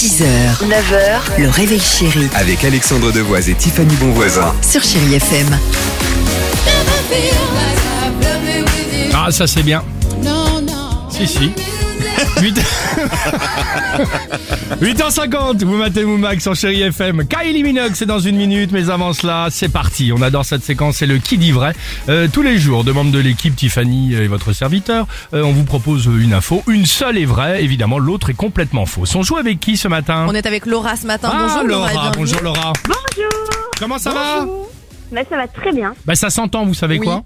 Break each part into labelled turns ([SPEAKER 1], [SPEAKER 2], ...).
[SPEAKER 1] 6h, 9h, le réveil chéri
[SPEAKER 2] Avec Alexandre Devoise et Tiffany Bonvoisin.
[SPEAKER 1] sur Chérie FM.
[SPEAKER 3] Ah, ça c'est bien. Si, si. 8... 8h50, vous matez vous Max sur Chéri FM. Kylie Minogue, c'est dans une minute, mais avant cela, c'est parti. On adore cette séquence, c'est le qui dit vrai. Euh, tous les jours, deux membres de l'équipe, Tiffany et votre serviteur, euh, on vous propose une info. Une seule est vraie, évidemment, l'autre est complètement fausse. On joue avec qui ce matin
[SPEAKER 4] On est avec Laura ce matin.
[SPEAKER 3] Ah,
[SPEAKER 4] bonjour Laura. et
[SPEAKER 3] Laura,
[SPEAKER 4] bienvenue.
[SPEAKER 3] bonjour Laura. Bonjour. Comment ça va
[SPEAKER 5] Bah, ça va très bien.
[SPEAKER 3] Bah ça s'entend, vous savez
[SPEAKER 4] Oui.
[SPEAKER 3] quoi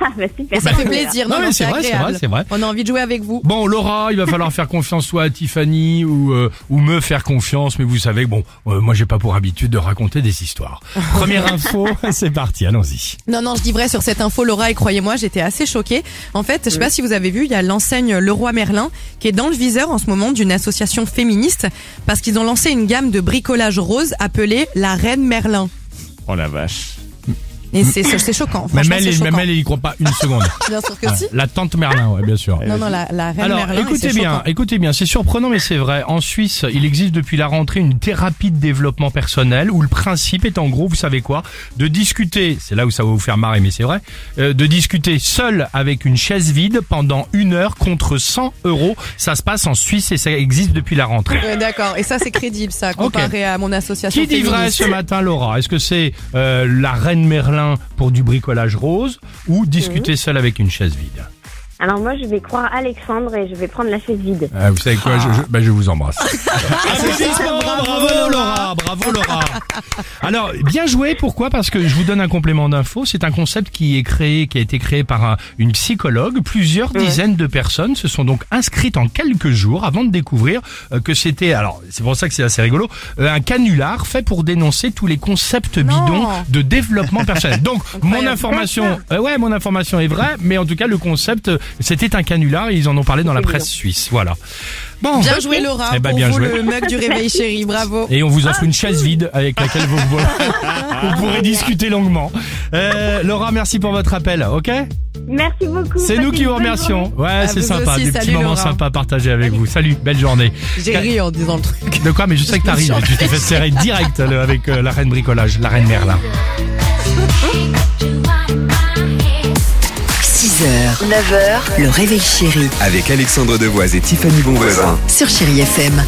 [SPEAKER 5] Ah, bah, super.
[SPEAKER 4] Et ça fait plaisir.
[SPEAKER 3] Non, mais c'est vrai, c'est
[SPEAKER 4] agréable.
[SPEAKER 3] vrai, c'est vrai.
[SPEAKER 4] On a envie de jouer avec vous.
[SPEAKER 3] Bon, Laura, il va falloir faire confiance soit à Tiffany ou, euh, ou me faire confiance, mais vous savez, bon, euh, moi j'ai pas pour habitude de raconter des histoires. Première info, c'est parti, allons-y.
[SPEAKER 4] Non, non, je dis vrai sur cette info, Laura, et croyez-moi, j'étais assez choquée. En fait, je sais pas si vous avez vu, il y a l'enseigne Leroy Merlin qui est dans le viseur en ce moment d'une association féministe parce qu'ils ont lancé une gamme de bricolage rose appelée la Reine Merlin.
[SPEAKER 6] Oh la vache.
[SPEAKER 4] Et c'est c'est choquant.
[SPEAKER 3] Même
[SPEAKER 4] Franchement,
[SPEAKER 3] elle,
[SPEAKER 4] c'est
[SPEAKER 3] même
[SPEAKER 4] choquant.
[SPEAKER 3] elle, il y croit pas une seconde. Ah,
[SPEAKER 4] Bien sûr que si.
[SPEAKER 3] La tante Merlin, ouais, bien sûr.
[SPEAKER 4] Non, non, la, la Reine
[SPEAKER 3] Alors,
[SPEAKER 4] Merlin. et
[SPEAKER 3] écoutez
[SPEAKER 4] c'est
[SPEAKER 3] bien,
[SPEAKER 4] choquant.
[SPEAKER 3] écoutez bien, c'est surprenant mais c'est vrai. En Suisse, il existe depuis la rentrée une thérapie de développement personnel où le principe est en gros, vous savez quoi, de discuter, c'est là où ça va vous faire marrer mais c'est vrai, euh, de discuter seul avec une chaise vide pendant une heure contre 100 euros. Ça se passe en Suisse et ça existe depuis la rentrée.
[SPEAKER 4] Ouais, D'accord. Et ça, c'est crédible, ça, comparé à mon association
[SPEAKER 3] Qui dit vrai
[SPEAKER 4] féministe.
[SPEAKER 3] ce matin, Laura Est-ce que c'est euh, la reine Merlin pour du bricolage rose ou discuter seul avec une chaise vide
[SPEAKER 5] Alors, moi, je vais croire Alexandre et je vais prendre la chaise vide.
[SPEAKER 3] Ah, vous savez quoi je, je- bah, je vous embrasse. Applaudissements, bravo Laura, bravo Laura. Alors bien joué. Pourquoi Parce que je vous donne un complément d'info. C'est un concept qui est créé, qui a été créé par un- une psychologue. Plusieurs dizaines de personnes se sont donc inscrites en quelques jours avant de découvrir euh, que c'était. Alors c'est pour ça que c'est assez rigolo. euh, un canular fait pour dénoncer tous les concepts
[SPEAKER 4] Non.
[SPEAKER 3] bidons de développement personnel. Donc mon information, euh, ouais, mon information est vraie, mais en tout cas le concept, euh, c'était un canular. et Ils en ont parlé dans la presse suisse. Voilà. Bon.
[SPEAKER 4] Bien joué, Laura.
[SPEAKER 3] Eh ben,
[SPEAKER 4] pour
[SPEAKER 3] bien
[SPEAKER 4] vous,
[SPEAKER 3] joué.
[SPEAKER 4] le mug du réveil, chéri. Bravo.
[SPEAKER 3] Et on vous
[SPEAKER 4] Ah,
[SPEAKER 3] offre une chaise vide avec laquelle vous, vous- vous pourrez discuter longuement. Euh, Laura, merci pour votre appel, ok
[SPEAKER 5] Merci beaucoup.
[SPEAKER 3] C'est
[SPEAKER 5] Passez
[SPEAKER 3] nous qui
[SPEAKER 5] une
[SPEAKER 3] vous
[SPEAKER 5] bonne journée.
[SPEAKER 3] remercions. Ouais,
[SPEAKER 4] À
[SPEAKER 3] c'est
[SPEAKER 4] Ah, vous
[SPEAKER 3] sympa,
[SPEAKER 4] aussi,
[SPEAKER 3] des
[SPEAKER 4] salut
[SPEAKER 3] petits moments
[SPEAKER 4] Laura.
[SPEAKER 3] sympas partagés avec vous. Salut, belle journée.
[SPEAKER 4] J'ai ri en disant le truc.
[SPEAKER 3] De quoi Mais je sais que t'as ri, mais tu t'es fait serrer direct le- avec euh, la reine bricolage, la reine Merlin.
[SPEAKER 1] 6h, 9h, le réveil chéri
[SPEAKER 2] Avec Alexandre Devoise et Tiffany Bonvoisin.
[SPEAKER 1] sur Chérie FM.